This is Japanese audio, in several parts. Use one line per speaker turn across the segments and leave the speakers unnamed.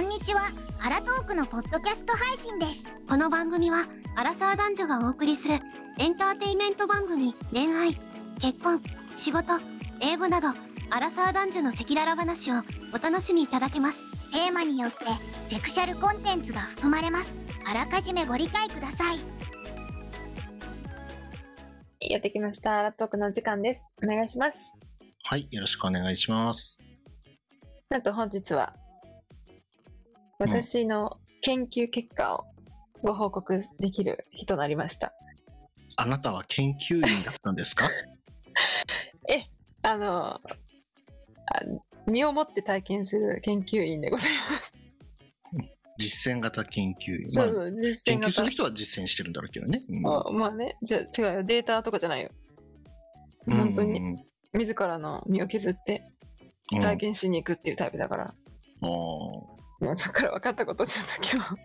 んにちはアラトークのポッドキャスト配信ですこの番組はアラサー男女がお送りするエンターテイメント番組恋愛結婚仕事英語などアラサー男女の赤裸々話をお楽しみいただけますテーマによってセクシャルコンテンツが含まれますあらかじめご理解ください
やってきました。アラトークの時間です。お願いします。
はい、よろしくお願いします。
なんと本日は、私の研究結果をご報告できる日となりました。
あなたは研究員だったんですか
あの、あ身をもって体験する研究員でございます。
実践型研究員。
そう
まあ
そう、実
研
践
究す
型
る。人は実践してるんだろうけどね。うん
あまあね、じゃ違うよ。データとかじゃないよ。本当に
うんうん
自らの身を削って
うん
体験しに行くっていうタイプだから。
あー
もうそこから分かったことをちょっと今日
はい。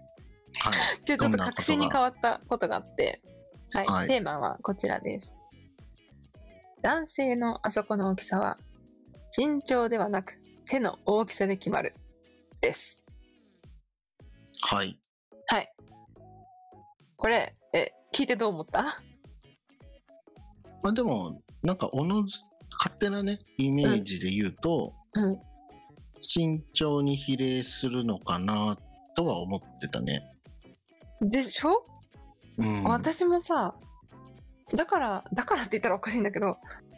今日ちょっと確信に変わったことがあって、はい、
はい
テーマはこちらです。男性のあそこの大きさは、身長ではなく手の大きさで決まる。です。
はい。
はい。これ、え、聞いてどう思った
まあでも、なんか、おのず、勝手なね、イメージで言うと、
うん。
慎重に比例するのかな、とは思ってたね。
でしょ、
うん。
私もさ、だから、だからって言ったらおかしいんだけど、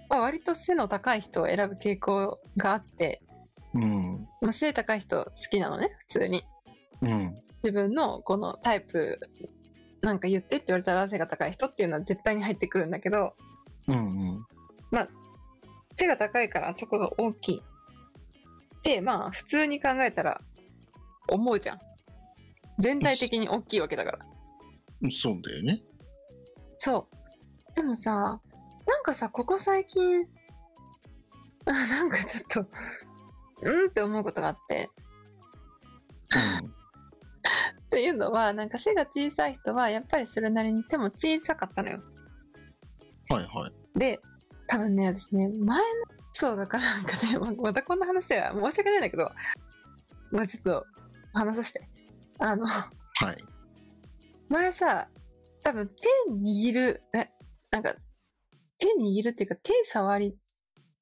まあ、割と背の高い人を選ぶ傾向があって、
うん。
まあ、背高い人好きなのね、普通に。
うん。
自分のこのタイプなんか言ってって言われたら背が高い人っていうのは絶対に入ってくるんだけど
うん。うん。
背が高いからあそこが大きいってまあ普通に考えたら思うじゃん全体的に大きいわけだから
そうだよね。
そうでもさなんかさここ最近 なんかちょっとうんって思うことがあってっていうのはなんか背が小さい人はやっぱりそれなりに手も小さかったのよ
うん。はいはい。
で、多分ね、私ね、前のそうだからなんかね、ま またこんな話は申し訳ないんだけど、まあちょっと話させて。あの、
はい。
前さ、多分手握る、え、なんか、手握るっていうか手触り、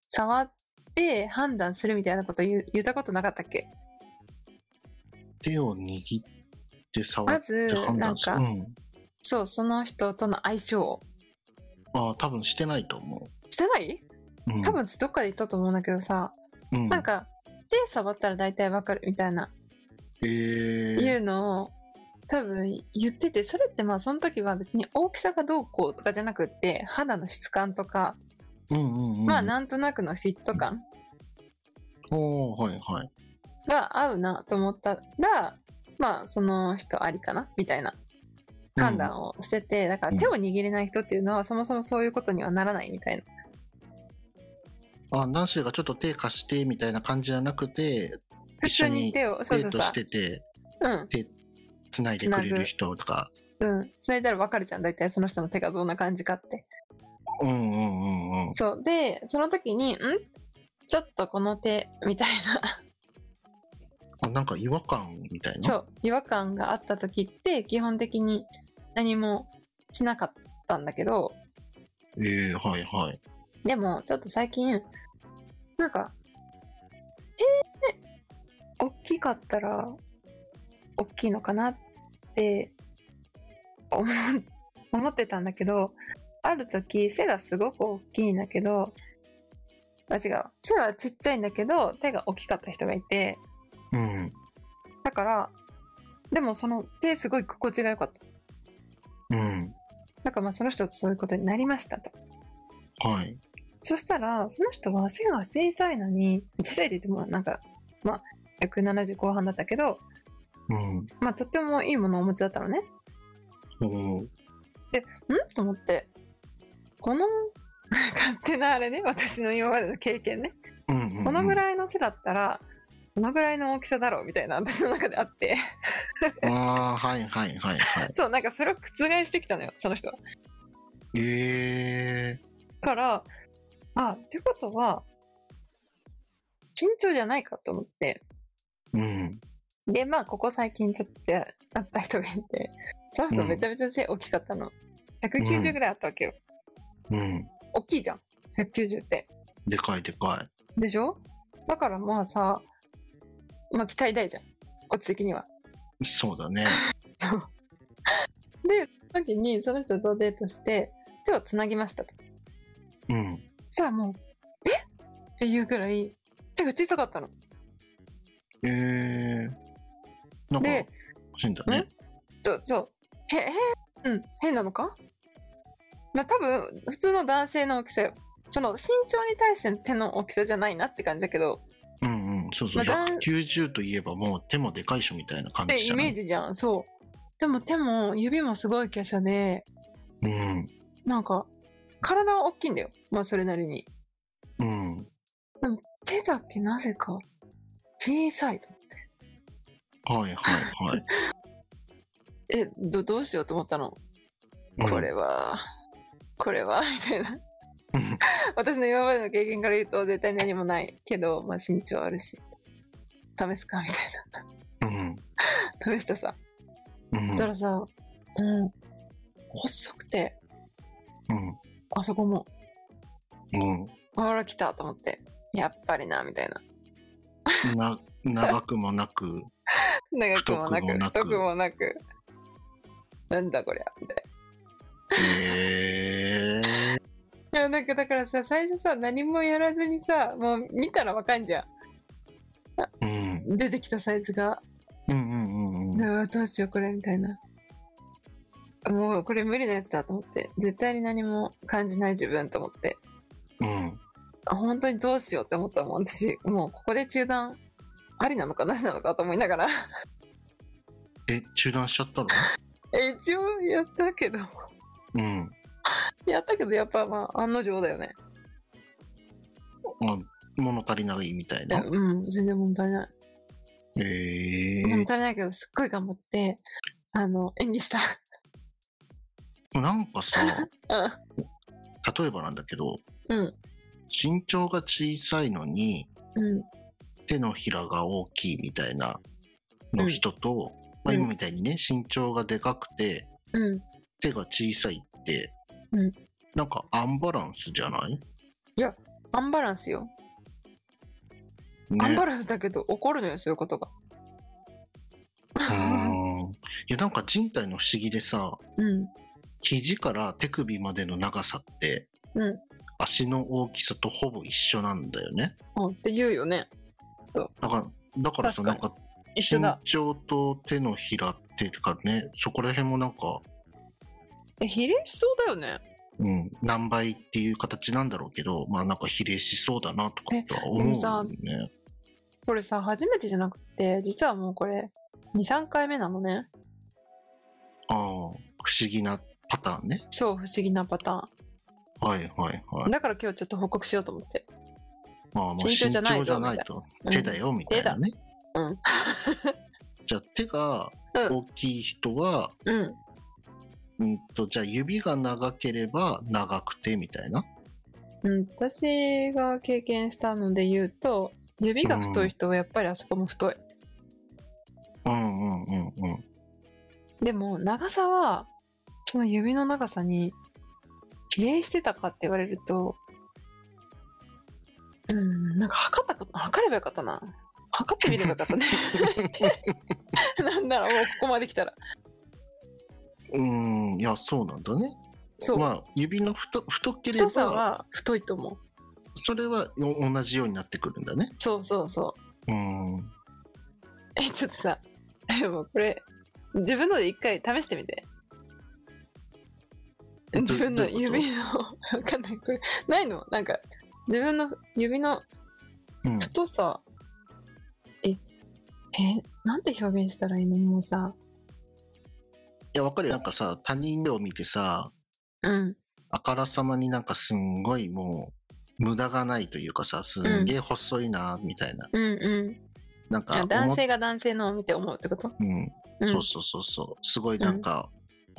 触って判断するみたいなこと言う言ったことなかったっけ
手を握って触
ま
っ
ず
て、判
なん
断する。
か、
うん。
そう、その人との相性を。
ああ、多分してないと思。
してないう
うん、
多分どっかで言ったと思うんだけどさ、
うん、
なんか、手触ったら大体わかるみたいな
えー
いうのを多分言っててそれってまあその時は別に大きさがどうこうとかじゃなくって肌の質感とか、
うんうんうん、
まあなんとなくのフィット感
おーはいはい。
が合うなと思ったらまあその人ありかなみたいな判断をしてて、だから手を握れない人っていうのはそもそもそういうことにはならないみたいな
うん、あ、ナンシーがちょっと手貸してみたいな感じじゃなくて、
普通に手をそう
デ
そ
ー
う
ト
そう
してて、
うん
繋いでくれる人とか。
うんつないだら分かるじゃん大体その人の手がどんな感じかって
うんうんうんうん。
そう。で、その時に、んちょっとこの手、みたいな、
あ、なんか違和感みたいな。
そう、違和感があった時って、基本的に何もしなかったんだけど、
ええはいはい。
でも、ちょっと最近、なんか、手、大きかったら、大きいのかなって、思う、 思ってたんだけど、ある時、背がすごく大きいんだけど、あ、違う。背はちっちゃいんだけど、手が大きかった人がいて、
うん。
だから、でもその手すごい心地が良かった。
うん。
だからまあその人とそういうことになりましたと。
はい。
そしたら、その人は背が小さいのに、小さいって言ってもなんか、まあ、170後半だったけど、
うん。
まあとってもいいものをお持ちだったのね。
おー
んと思って、この、勝手なあれね、私の今までの経験ね。
うんうん、うん。
このぐ
い。
らいの背だったら、このぐらいの大きさだろうみたいな私の中であって、
ああ、はいはいはいは
そう、なんかそれを覆してきたのよ、その人は。
い。ええ
から、あ、ってことは、緊張じゃないかと思って、
うん。
で、まあ、ここ最近ちょっとやった人がいて、 その人
うん
めちゃめちゃ背大きかったの。190ぐらいあったわけよ。
うん。
大きいじゃん。190って。
でかいでか
でしょだからまあさ、まあ期待大じゃん。こっち的には。
い。そうだね。
で、その時にその人とデートして、手をつなぎましたと。
うん。
そしたらもう、えっていうぐらい、手が小さかったの。
えー。なんか
で、
変だね。
そう、そう。へ、へ、うん、変なのかまあ多分、普通の男性の大きさよ。その身長に対しての手の大きさじゃないなって感じだけど、
うんうん。そうそう。
まあだん
190といえばもう手もでかいっしょみたいな感
っ
じ
て
じ
イ
ゃな
メー
い
ジじゃん、そう。でも手も指もすごい華奢で、
うん。
なんか、体は大きいんだよ。まあそれなりに。
うん。
手だけなぜか、小さいと。
はいはいはい。
え、ど、どうしようと思ったの。
う ん
これは、これは、みたいな。
うん
私の今までの経験から言うと絶対何もないけど、まあ身長あるし、試すかみたい
うん。
な。試したさ。
うん
そしたらさ、うん、細くて、
うん。
あそこも、
うん。
あら来たと思って、やっぱりな、みたいな。
な、長くもなく、
長くもなく、
太
太
く
く
も
もなく、なんだこりゃ、みたいな。
えー。
いや、なんかだからさ、最初さ、何もやらずにさ、もう見たらわかんじゃ
うん。
ん。出てきたサイズが。
うんうんうん
で
うん。
うわどうしようこれみたいなもうこれ無理なやつだと思って絶対に何も感じない自分と思って
うん。
あ本当にどうしようって思ったもん私もうここで中断ありなのかなしなのかと思いながら
え、中断しちゃったの
え一応やったけど
うん。
やったけどやっぱまあ案の定だよね
あ物足りないみたいな。
うん全然物足りない
ええ
物足りないけどすっごい頑張ってあの演技した
なんかさ、
うん
例えばなんだけど、
うん
身長が小さいのに
うん
手のひらが大きいみたいなの人と、まあ、
うん
今みたいにね、身長がでかくて
うん
手が小さいって、
うん
なんかアンバランスじゃない
アンバランスよ、アン
ね
バ。ランスだけど怒るのよそういうことが
うんいや、なんか人体の不思議でさ、
うん
肘から手首までの長さって、
うん
足の大きさとほぼ一緒なんだよね。
うんって言うよね
だから、だからさ、なん
確
か
一緒
身
だ
長と手のひらっていうかねそこら辺もなんか、
え比例しそうだよね
うん、何倍っていう形なんだろうけどまあなんか比例しそうだなとかとは思
えで
う
も
よ
さ
ね。
これさ初めてじゃなくて実はもうこれ23回目なのね
ああ不思議なパターンね。
そう不思議なパタ
はいはい
ー
は
ン
い。
だから今日ちょっと報告しようと思って
まあもう身
身長じゃ
長じゃ
ないぞ
ないと
みた
手
いな
だよみたいなね。
うん
じゃあ手が
うん
大きい人は、
うん
うんとじゃあ指が長ければ長くてみたいな。
うん私が経験したので言うと指が太い人はやっぱりあそこも太い、
うんうんうんうん。
でも長さはその指の長さに比例してたかって言われるとうんなんか測ったか測ればよかったな測ってみればよかった ねなんだろうもうここまで来たら
うんいやそうなんだね。
そう、
まあ指の太太けれ
太
ば
さは太いと思う
それはお同じようになってくるんだね。
そうそうそう
うん。
えちょっとさでもこれ自分ので一回試してみて
ど
自分の
どういうこと
指の わかんないこれないのなんか自分の指の
うん。
太さええなんて表現したらいいのもうさ
いや、わかるよ。なんかさ、他人を見てさ、
うん
あからさまになんかすんごいもう、無駄がないというかさ、すんげえ細いな、みたいな。
うんうん
なん
じゃ
か
あ、男性が男性のを見て思うってこと、
うん。
うん、
そうそうそうそう。すごいなんか、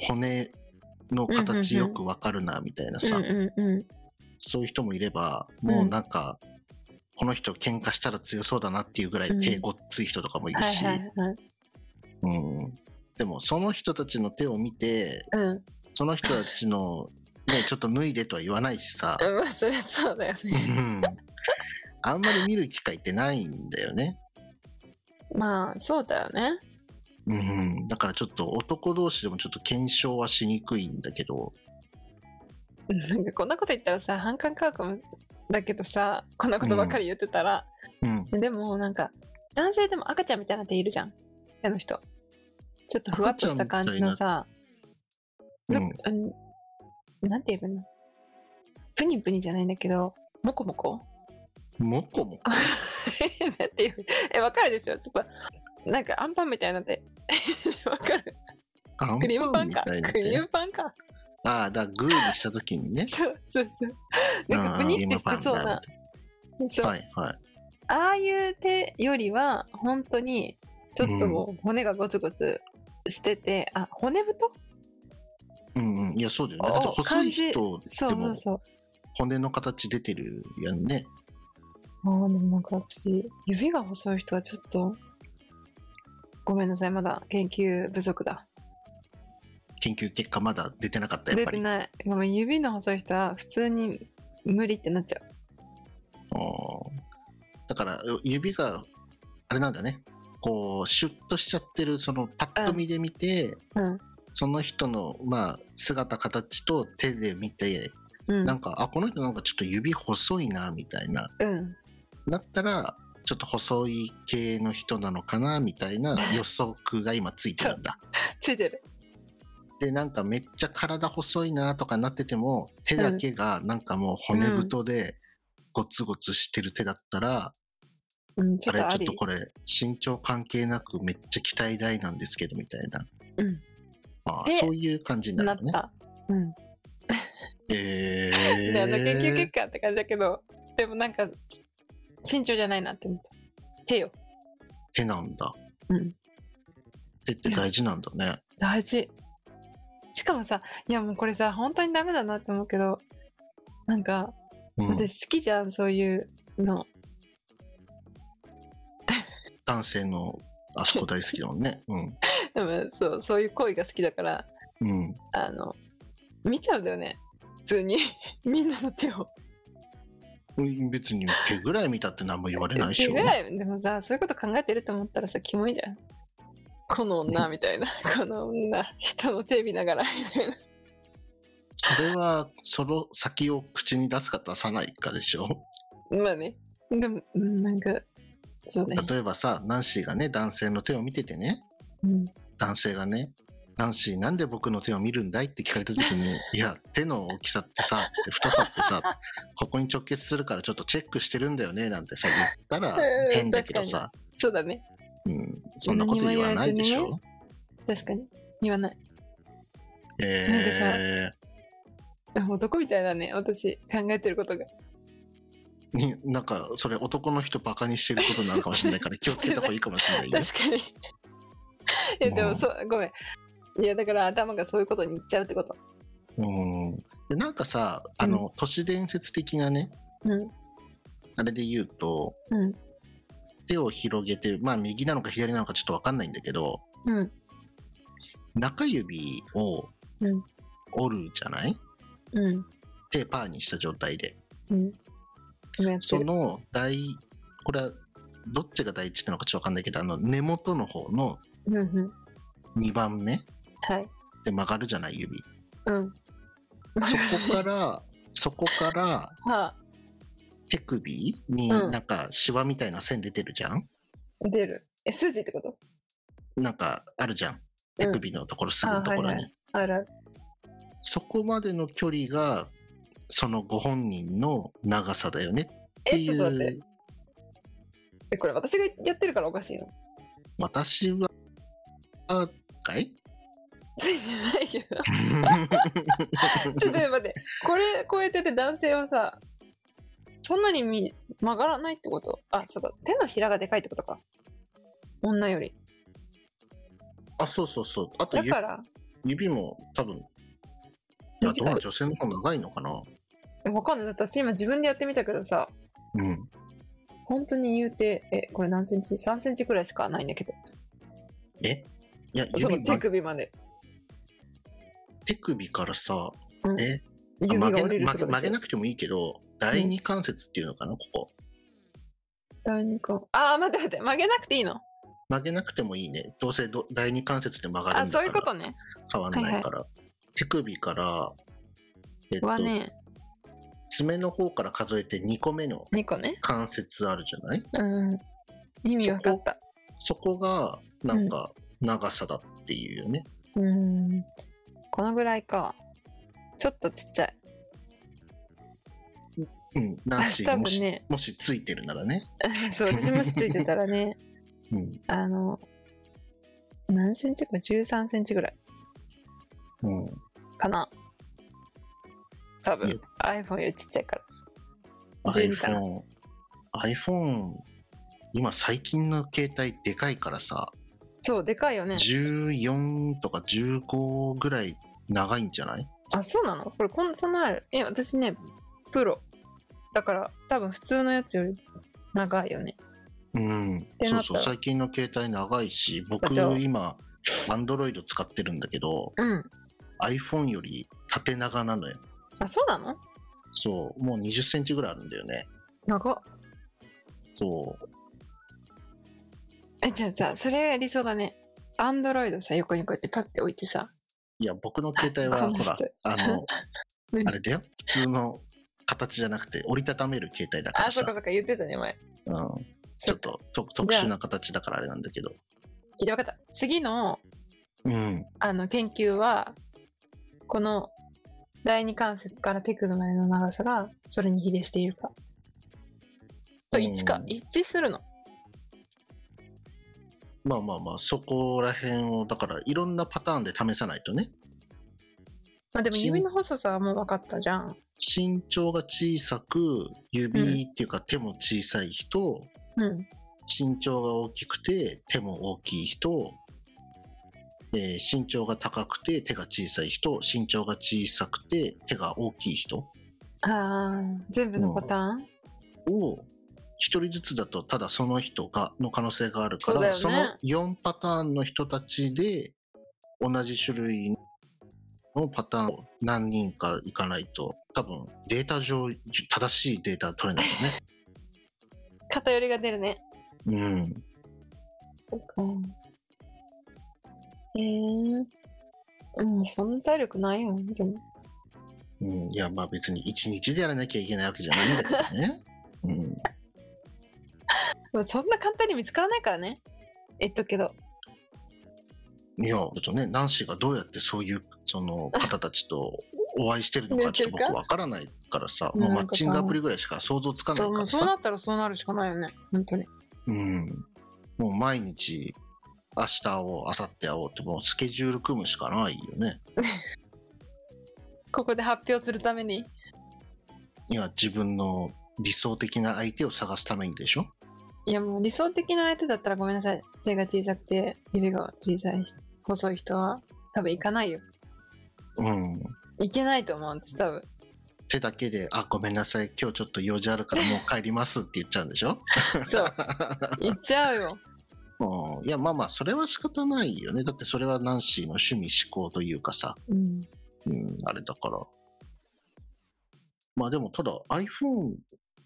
骨の形よくわかるな、みたいなさ
う。んうんうん
そういう人もいれば、もうなんか、この人喧嘩したら強そうだなっていうぐらい
うん
手ごっつい人とかもいる
はい
し、
はいはい。
うん、でもその人たちの手を見て
うん。
その人たちの、ね、ちょっと脱いでとは言わないしさ、
まあ、そりゃそうだよ
う
ね。
んあんまり見る機会ってないんだよね。
まあ、そうだよね。
うん、だからちょっと男同士でもちょっと検証はしにくいんだけど、
なんかこんなこと言ったらさ、反感買うかも。だけどさ、こんなことばっかり言ってたら、
うん、
でもなんか、男性でも赤ちゃんみたいな手いるじゃん。手の人。ちょっとふわっとした感じのさ、
うん、
うん、なんて言えばいいのプニプニじゃないんだけど、モコモコ
もこもこ
なんて言うえ、わかるでしょちょっと、なんかアンパンみたいな手。 わかる
あ
クリームパンか。
みたいな
クリームパンか。。
ああ、だからグーにした時にね
そうそうそう。なんかプニってしてそうな。
うん
そう。
はいはい。
ああいう手よりは、本当に、ちょっともう骨がゴツゴツしてて、あ、骨太
うんうん、いや、そうだよね。だって
お
細い人
そう
で
そう
も
そう。
骨の形出てるやんね。
あーでもなんか私指が細い人はちょっとごめんなさいまだ研究不足だ
研究結果まだ出てなかった、やっ
出
ぱ
て
り。
ないごめん指の細い人は普通に無理ってなっちゃう
あーだから、指が、あれなんだね。こう、シュッとしちゃってる、その、パッと見で見て、
うん
その人の、まあ、姿、形と手で見て、
うん
なんか、あ、この人なんかちょっと指細いな、みたいな。
うん
だったら、ちょっと細い系の人なのかな、みた いな予測が今ついてるんだ。
ついてる
でなんかめっちゃ体細いなとかなってても手だけがなんかもう骨太でゴツゴツしてる手だったら、
うんちょっと
あ
あ
れちょっ
り
とこれ身長関係なくめっちゃ期待大なんですけどみたいな、
うん
ああ
で
そういう感じに
な
な
っ
るのね。
たうん
え
で
ー、
あの研究結果って感じだけどでもなんか慎重じゃないなって思った手よ
手なんだ
うん
手って大事なんだ ね。
大事しかもさいやもうこれさ本当にダメだなって思うけどなんか
うん、
私好きじゃんそういうの
男性のあそこ大好きだもんね。
でもそうそういう行為が好きだから
うん、うん、
あの見ちゃうんだよね普通に みんなの手を
うん別に手ぐらい見たって何も言われないでし
手
ょ
ぐ。らいでもさそういうこと考えてると思ったらさキモいじゃんこの女みたいな この女人の手見なが らみたいな
それはその先を口に出すか出さないかでしょ
まあ ねでもうんなんかそうね、
例えばさナンシーがね男性の手を見ててね
うん、
男性がね「ナンシーなんで僕の手を見るんだい?」って聞かれた時 に「いや手の大きさってさ太さってさここに直結するからちょっとチェックしてるんだよね」なんてさ言ったら
うん
変だけどさ、
そうだね
うん、そんなこと言わないでしょ。
確かに言わない
え
男みたいだね私考えてることが
ーになんかそれ男の人バカにしてることなのかもしれな いから気をつけた方がいいかもしれないよ。
確か にいやで
う
も
ん
そうごめんいやだから頭がそういうことにいっちゃうってこと
うん、でなんかさあの、都市伝説的なね
うん
あれで言うと
うん
手を広げてまあ右なのか左なのかちょっと分かんないんだけど
うん
中指を
うん
折るじゃない、
うん
手パーにした状態で
うん今やって
そ
る
の第これはどっちが第一なのかちょっと分かんないけどあの根元の方の
うんうん
2番目
はい
で曲がるじゃない指
うん
そこから そこから
は
手首に
うん
なんかシワみたいな線出てるじゃん、
あ出るえ筋ってこと
なんかあるじゃん
うん
手首のところすぐのとこ
あ
ろに、
はいはいあら
そこまでの距離がそのご本人の長さだよねって
えちょ
い
っと待って
う
えこれ私がやってるからおかしいの
私はあ かい
ついてないけ どちょっと待ってこれこうやってて男性はさそんなにみ曲がらないってことあそうだ手のひらがでかいってことか女より
あそうそうそうあと
だ
指
から
指も多分いやどうな
短
の
い
女性の方長いのかな
わかんない私今自分でやってみたけどさ
うん
本当に言うて、え、これ何センチ ?3 センチくらいしかないんだけど。
えいや、
その
指
手
ま、
首まで。
手首からさ、
うん
えあ
指が
曲
折
げ
れる
な
と
曲げ
こ
曲げ
でしょ
なくてもいいけど、第二関節っていうのかな、ここ。
第二関あー、待って待って、曲げなくていいの
曲げなくてもいいね。どうせど第二関節で曲が
あ、
るんだ
そう
か
いうこ
ら
とね。
変わんないから。手首から、えっと、
はね、
爪の方から数えて2個目の
2個ね。
関節あるじゃない
うん。意味わかった。
そこが、なんか、長さだっていうよね。
うん。このぐらいか。ちょっとちっちゃい。
うん。ナン
私
シ
多
ー、も
分
し、
ね、
もしついてるならね。
そう、私もしついてたら ね、
うん。
あの、何センチか13センチぐらい
うん。
かな。多
いや
分 iPhone よりちっちゃいから。12かな
iPhone、iPhone、今最近の携帯でかいからさ、
そう、でかいよね。
14とか15ぐらい長いんじゃない
あ、そうなのこれ、こんそんなある。え、私ね、プロ。だから、多分普通のやつより長いよね。
うん
て。
そ
なっ
う
た
そう、
ら
最近の携帯長いし、僕
あじゃあ
今、Android 使ってるんだけど、
うん。
iPhone より縦長なのよ。
あ、そうなの
そう、もう20センチぐらいあるんだよね。
長っ。
そう。
え、じゃあさ、それが理想だね。アンドロイドさ、横にこうやってパッて置いてさ。
いや、僕の携帯は、
この
ほ
人
ら、あの、
何
あれだよ。普通の形じゃなくて、折りたためる携帯だから
あ、そ
さ
う。かそうか、言ってたね、前。
うん。ちょっとと特殊な形だからあれなんだけど。
いや、分かった。次の、
うん。
あの、研究は、この、第二関節から手首までの長さが、それに比例しているか。と、
うん
一致か。一致するの。
まあまあまあ、そこら辺を、だからいろんなパターンで試さないとね。
まあでも、
しん
指の細さはもう分かったじゃん。
身長が小さく、指っていうか手も小さい人、
うん。
身長が大きくて手も大きい人、えー身長が高くて手が小さい人、身長が小さくて手が大きい人
あー、全部のパターン、
を、一人ずつだとただその人がの可能性がある
そ
か
うだ
ら
よね
そ,、の4パターンの人たちで同じ種類のパターンを何人かいかないと多分データ上正しいデータ取れない
偏りが出るね。
よね。うん、
そうか。えー。うん、そんな体力ないよ。でも、
うん、いやまあ別に1日でやらなきゃいけないわけじゃないんだけどね。うん、
まあそんな簡単に見つからないからね。言っとくけど。
いやちょっとねナンシーがどうやってそういうその方たちとお会いしてるのかちょっと僕わからないからさ
うん
もうマッチングアプリぐらいしか想像つかない
そう、
か
も
ら
う
さ。
そうなったらそうなるしかないよね。本当に。
うん。もう毎日、明日会おう、明後日会おうって、もうスケジュール組むしかないよね。
ここで発表するために。
今、自分の理想的な相手を探すためにでしょ
いや、もう理想的な相手だったらごめんなさい。手が小さくて、指が小さい、細い人は、多分行かないよ。
うん。
行けないと思うんです、多分。
手だけで、あ、ごめんなさい、今日ちょっと用事あるからもう帰りますって言っちゃうんでしょ
そう。行っちゃうよ。
うん。いや、まあまあ、それは仕方ないよね。だってそれはナンシーの趣味思考というかさ、
うん。
うん、あれだから。まあでも、ただ iPhone、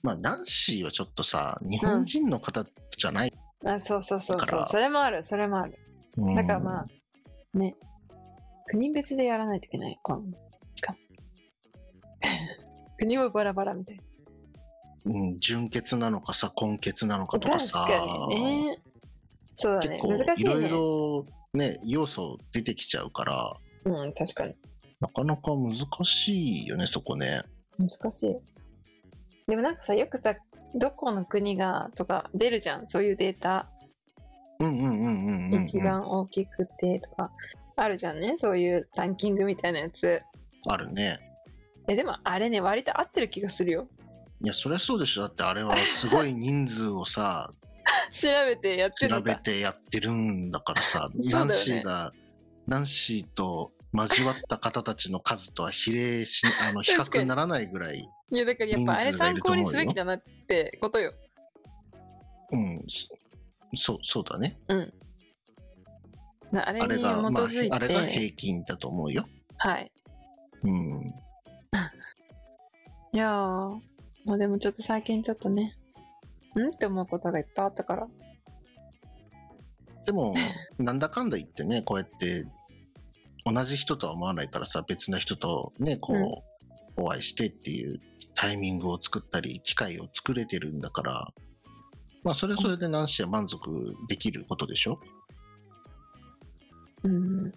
まあ、ナンシーはちょっとさ、日本人の方じゃない。
あそうそうそう
だか
そう
ら。
それもある、それもある。
うん
だからまあ、ね。国別でやらないといけない。このか 国もバラバラみたいな。
うん、純潔なのかさ根潔なのかとか
確
さ
かにね。そうだ
結
ね。
構
難し
い
いね。
ろいろね要素出てきちゃうから
うん、確かに。
なかなか難しいよねそこね
難しい。でもなんかさ、よくさ、どこの国がとか出るじゃん。そういうデータ。
うんうんうんうんうん、うん、
一番大きくてとか。あるじゃんね。そういうランキングみたいなやつ。
あるね
え、でもあれね、割と合ってる気がするよ。
いやそりゃそうでしょだってあれはすごい人数をさ
調べてやってる
調
のか
べてやってるんだからさ、
そうだよ
ナ
ね
ンシーがナンシーと交わった方たちの数とは比 例しあの比
確か
較
に
にならないぐらい
いやだからやっぱあれ
人数がい
参
ると
考
思うよ
にすべきだなってことよ。
うん、そそう、そうだね。
なあれ
あれ
に基
が、まあ、
づい
あれが
て、
平均だと思うよ。
はい。
うん。
いやー、まあでもちょっと最近ちょっとね、んって思うことがいっぱいあったから。
でも、なんだかんだ言ってね、こうやって、同じ人とは思わないからさ、別な人とね、こう、お会いしてっていうタイミングを作ったり、機会を作れてるんだから、まあ、それはそれでナンシーは満足できることでしょ
うん。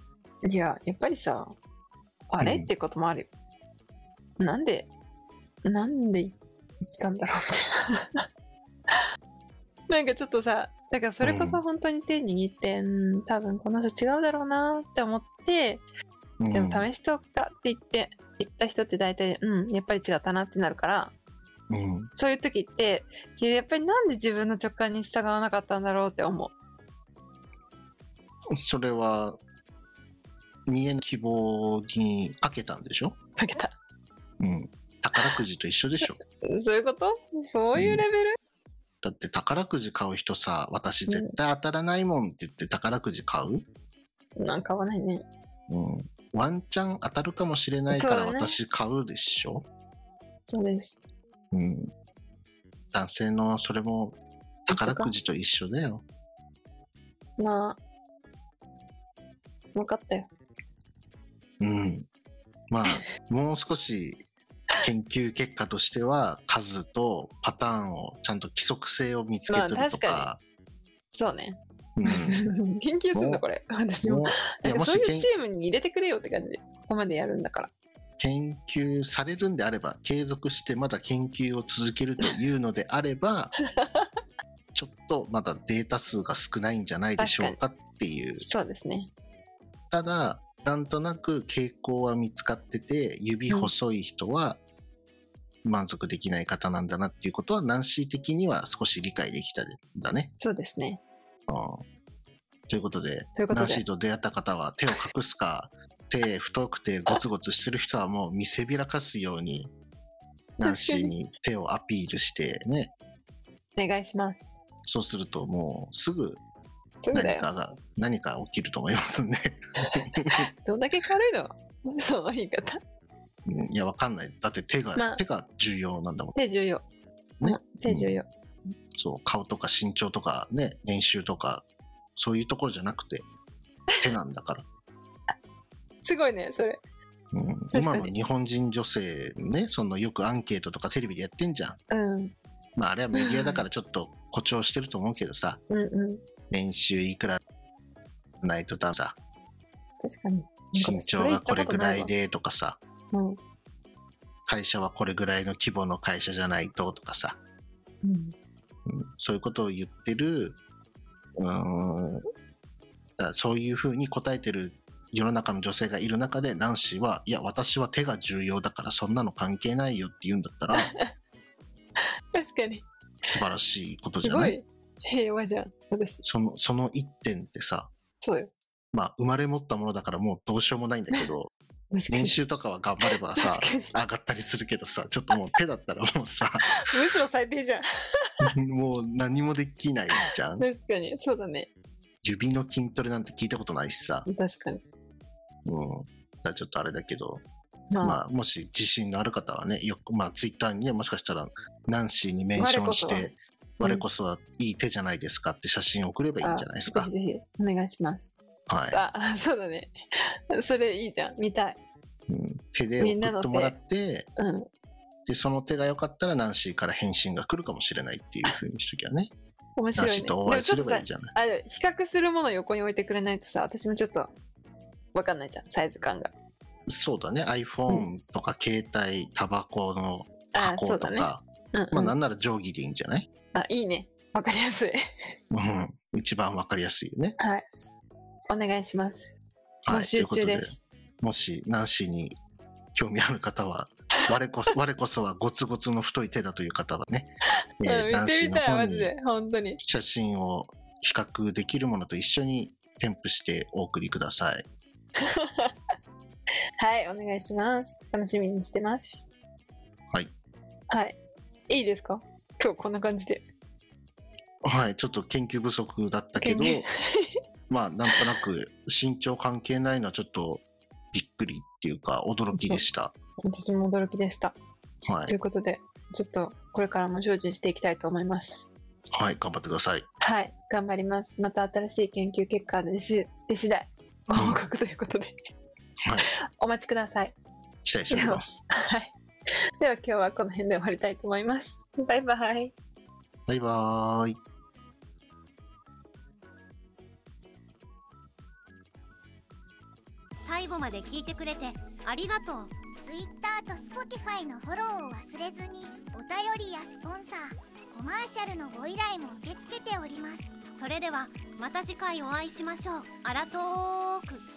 いや、やっぱりさ、あれ、
うん
ってこともあるよ。なんで、なんで行ったんだろうみたい な。なんかちょっとさ、だからそれこ
う
そ
ん
本当に手握って、うん、多分この人違うだろうなって思って、
うん。
でも試しておくかって言って、行った人って大体、うん、やっぱり違ったなってなるから、
うん。
そういう時って、いややっぱりなんで自分の直感に従わなかったんだろうって思う。
それは、見えぬ希望にかけたんでしょ
かけた。
うん。宝くじと一緒でし ょ
そういうことそういうレベル、
だって宝くじ買う人さ、私絶対当たらないもんって言って宝くじ買う、
なんか合わないね。
うん、ワンチャン当たるかもしれないから
そうね
私買うでしょ
そうです。
う、ん、男性のそれも宝くじと一緒だよ。
まあ、分かったよ。
うん。まあ、もう少し研究結果としては数とパターンをちゃんと規則性を見つけてるとか。
そうね。
うん
研究すん
も
の
う
これ。私
も
も。
ういや
なん
も
かそう
し
い
研
うチームに入れてくれよって感じ。ここまでやるんだから。
研究されるんであれば継続してまだ研究を続けるというのであればちょっとまだデータ数が少ないんじゃないでしょうかっていう
そうですね。
ただなんとなく傾向は見つかってて指細い人は満足できない方なんだなっていうことはナンシー的には少し理解できたんだね。
そうですね。
うんということで
というこ
ナ
と
ンシ
で
ー。と出会った方は手を隠 すか手太くてゴツゴツしてる人はもう見せびらかすようにナンシーに手をアピールしてね
お願いします。
そうするともうすぐ
すぐだ
何
よ。
かが何か起きると思いますんで
どんだけ軽いの その言い方。
うんいやわかんないだって手が、
まあ
手が重要なんだもん
手重要。
ね
うん手重要。
そう顔とか身長とかね年収とかそういうところじゃなくて手なんだから、
すごいね、それ。
うん、
かに
今の日本人女性ねそのよくアンケートとかテレビでやってんじゃん
うん。
まああれはメディアだから ちょっと誇張してると思うけどさ、
うんうん。
年収いくらないとださ、
確かに。
身長がこれぐらいでとかさ、
うん。
会社はこれぐらいの規模の会社じゃないととかさ、
うん。
うんそういうことを言ってる、うーん、だからそういうふうに答えてる世の中の女性がいる中で、ナンシーは、いや、私は手が重要だからそんなの関係ないよって言うんだ ったら、
確かに。
素晴らしいことじ
す
ゃ
ご
ない
い平和じゃん。私。
その、その一点ってさ、
そうよ。
まあ、生まれ持ったものだからもうどうしようもないんだけど、
確か
練
に。
習とかは頑張ればさ
確かに。
上がったりするけどさちょっともう手だったらも うさ
むしろ最低じゃん。
もう何もできないじゃん
確かに。そうだね。
指の筋トレなんて聞いたことないしさ、
確かに。
うん、だからちょっとあれだけど、
まあ、
まあ、もし自信のある方はねよく、まあ、ツイッターにねもしかしたらナンシーにメンションし
我こそは
て「我こそはいい手じゃないですか」って写真を送ればいいんじゃないですか
あ。ぜひぜひ、お願いします。
は
あ、あそうだね。 それいいじゃん。見たい。
いうん、手で
みんな
送
の
って
手
もらって
うん。
でその手が良かったらナンシーから返信が来るかもしれないっていうふうにしときゃね
面白い
ナン
ね。
シーとお会いすればいい
でもちょっとさ
じゃない。
あれ、比較するものを横に置いてくれないとさ、私もちょっと、わかんないじゃん。サイズ感が。
そうだね
う
iPhone とか携帯タバコの
あ、そ
箱
うだ
とか、
ね。うん、うん
まあなんなら定規でいいんじゃない、
あ、いいね。わかりや すい。
うん、一番わかりやすいよね。
はい。お願いします。
は
募
い、とい
集
うこと
中
で
です。
もしナンシーに興味ある 方は我こ我こそはゴツゴツの太い手だという方は ね、えー
うん、
ナン
見
シ
て
ー
み
の
たい、
方
マジ
に
で。本当に。
写真を比較できるものと一緒に添付してお送りください。
はい、お願いします。楽しみにしてます。
はい。
はい。いいですか今日こんな感じで。
はい、ちょっと研究不足だったけど
研究、
まあ、なんとなく身長関係ないのはちょっとびっくりっていうか、驚きでした。
私も驚きでした。
は
とい
い、
うことで、ちょっとこれからも精進していきたいと思います。
はい、頑張ってください。
はい、頑張ります。また新しい研究結果です。で次第、ご報告ということで、
はい、
お待ちください。
期待しております。
はい。では今日はこの辺で終わりたいと思います。バイバイ。
バイバーイ。
最後まで聞いてくれてありがとう
Twitter と Spotify のフォローを忘れずにお便りやスポンサーコマーシャルのご依頼も受け付けております
それではまた次回お会いしましょうあらとーく